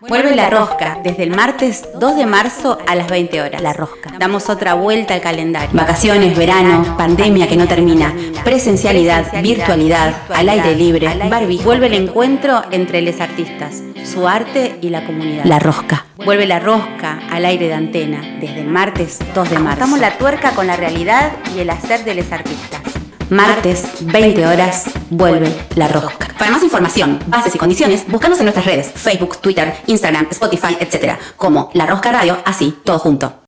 Vuelve La Rosca desde el martes 2 de marzo a las 20 horas. La Rosca. Damos otra vuelta al calendario. Vacaciones, verano, pandemia que no termina, presencialidad, virtualidad, al aire libre, barbijo. Vuelve el encuentro entre los artistas, su arte y la comunidad. La Rosca. Vuelve La Rosca al aire de antena desde el martes 2 de marzo. Estamos la tuerca con la realidad y el hacer de los artistas. Martes, 20 horas, vuelve La Rosca. Para más información, bases y condiciones, búscanos en nuestras redes, Facebook, Twitter, Instagram, Spotify, etc. Como La Rosca Radio, así, todo junto.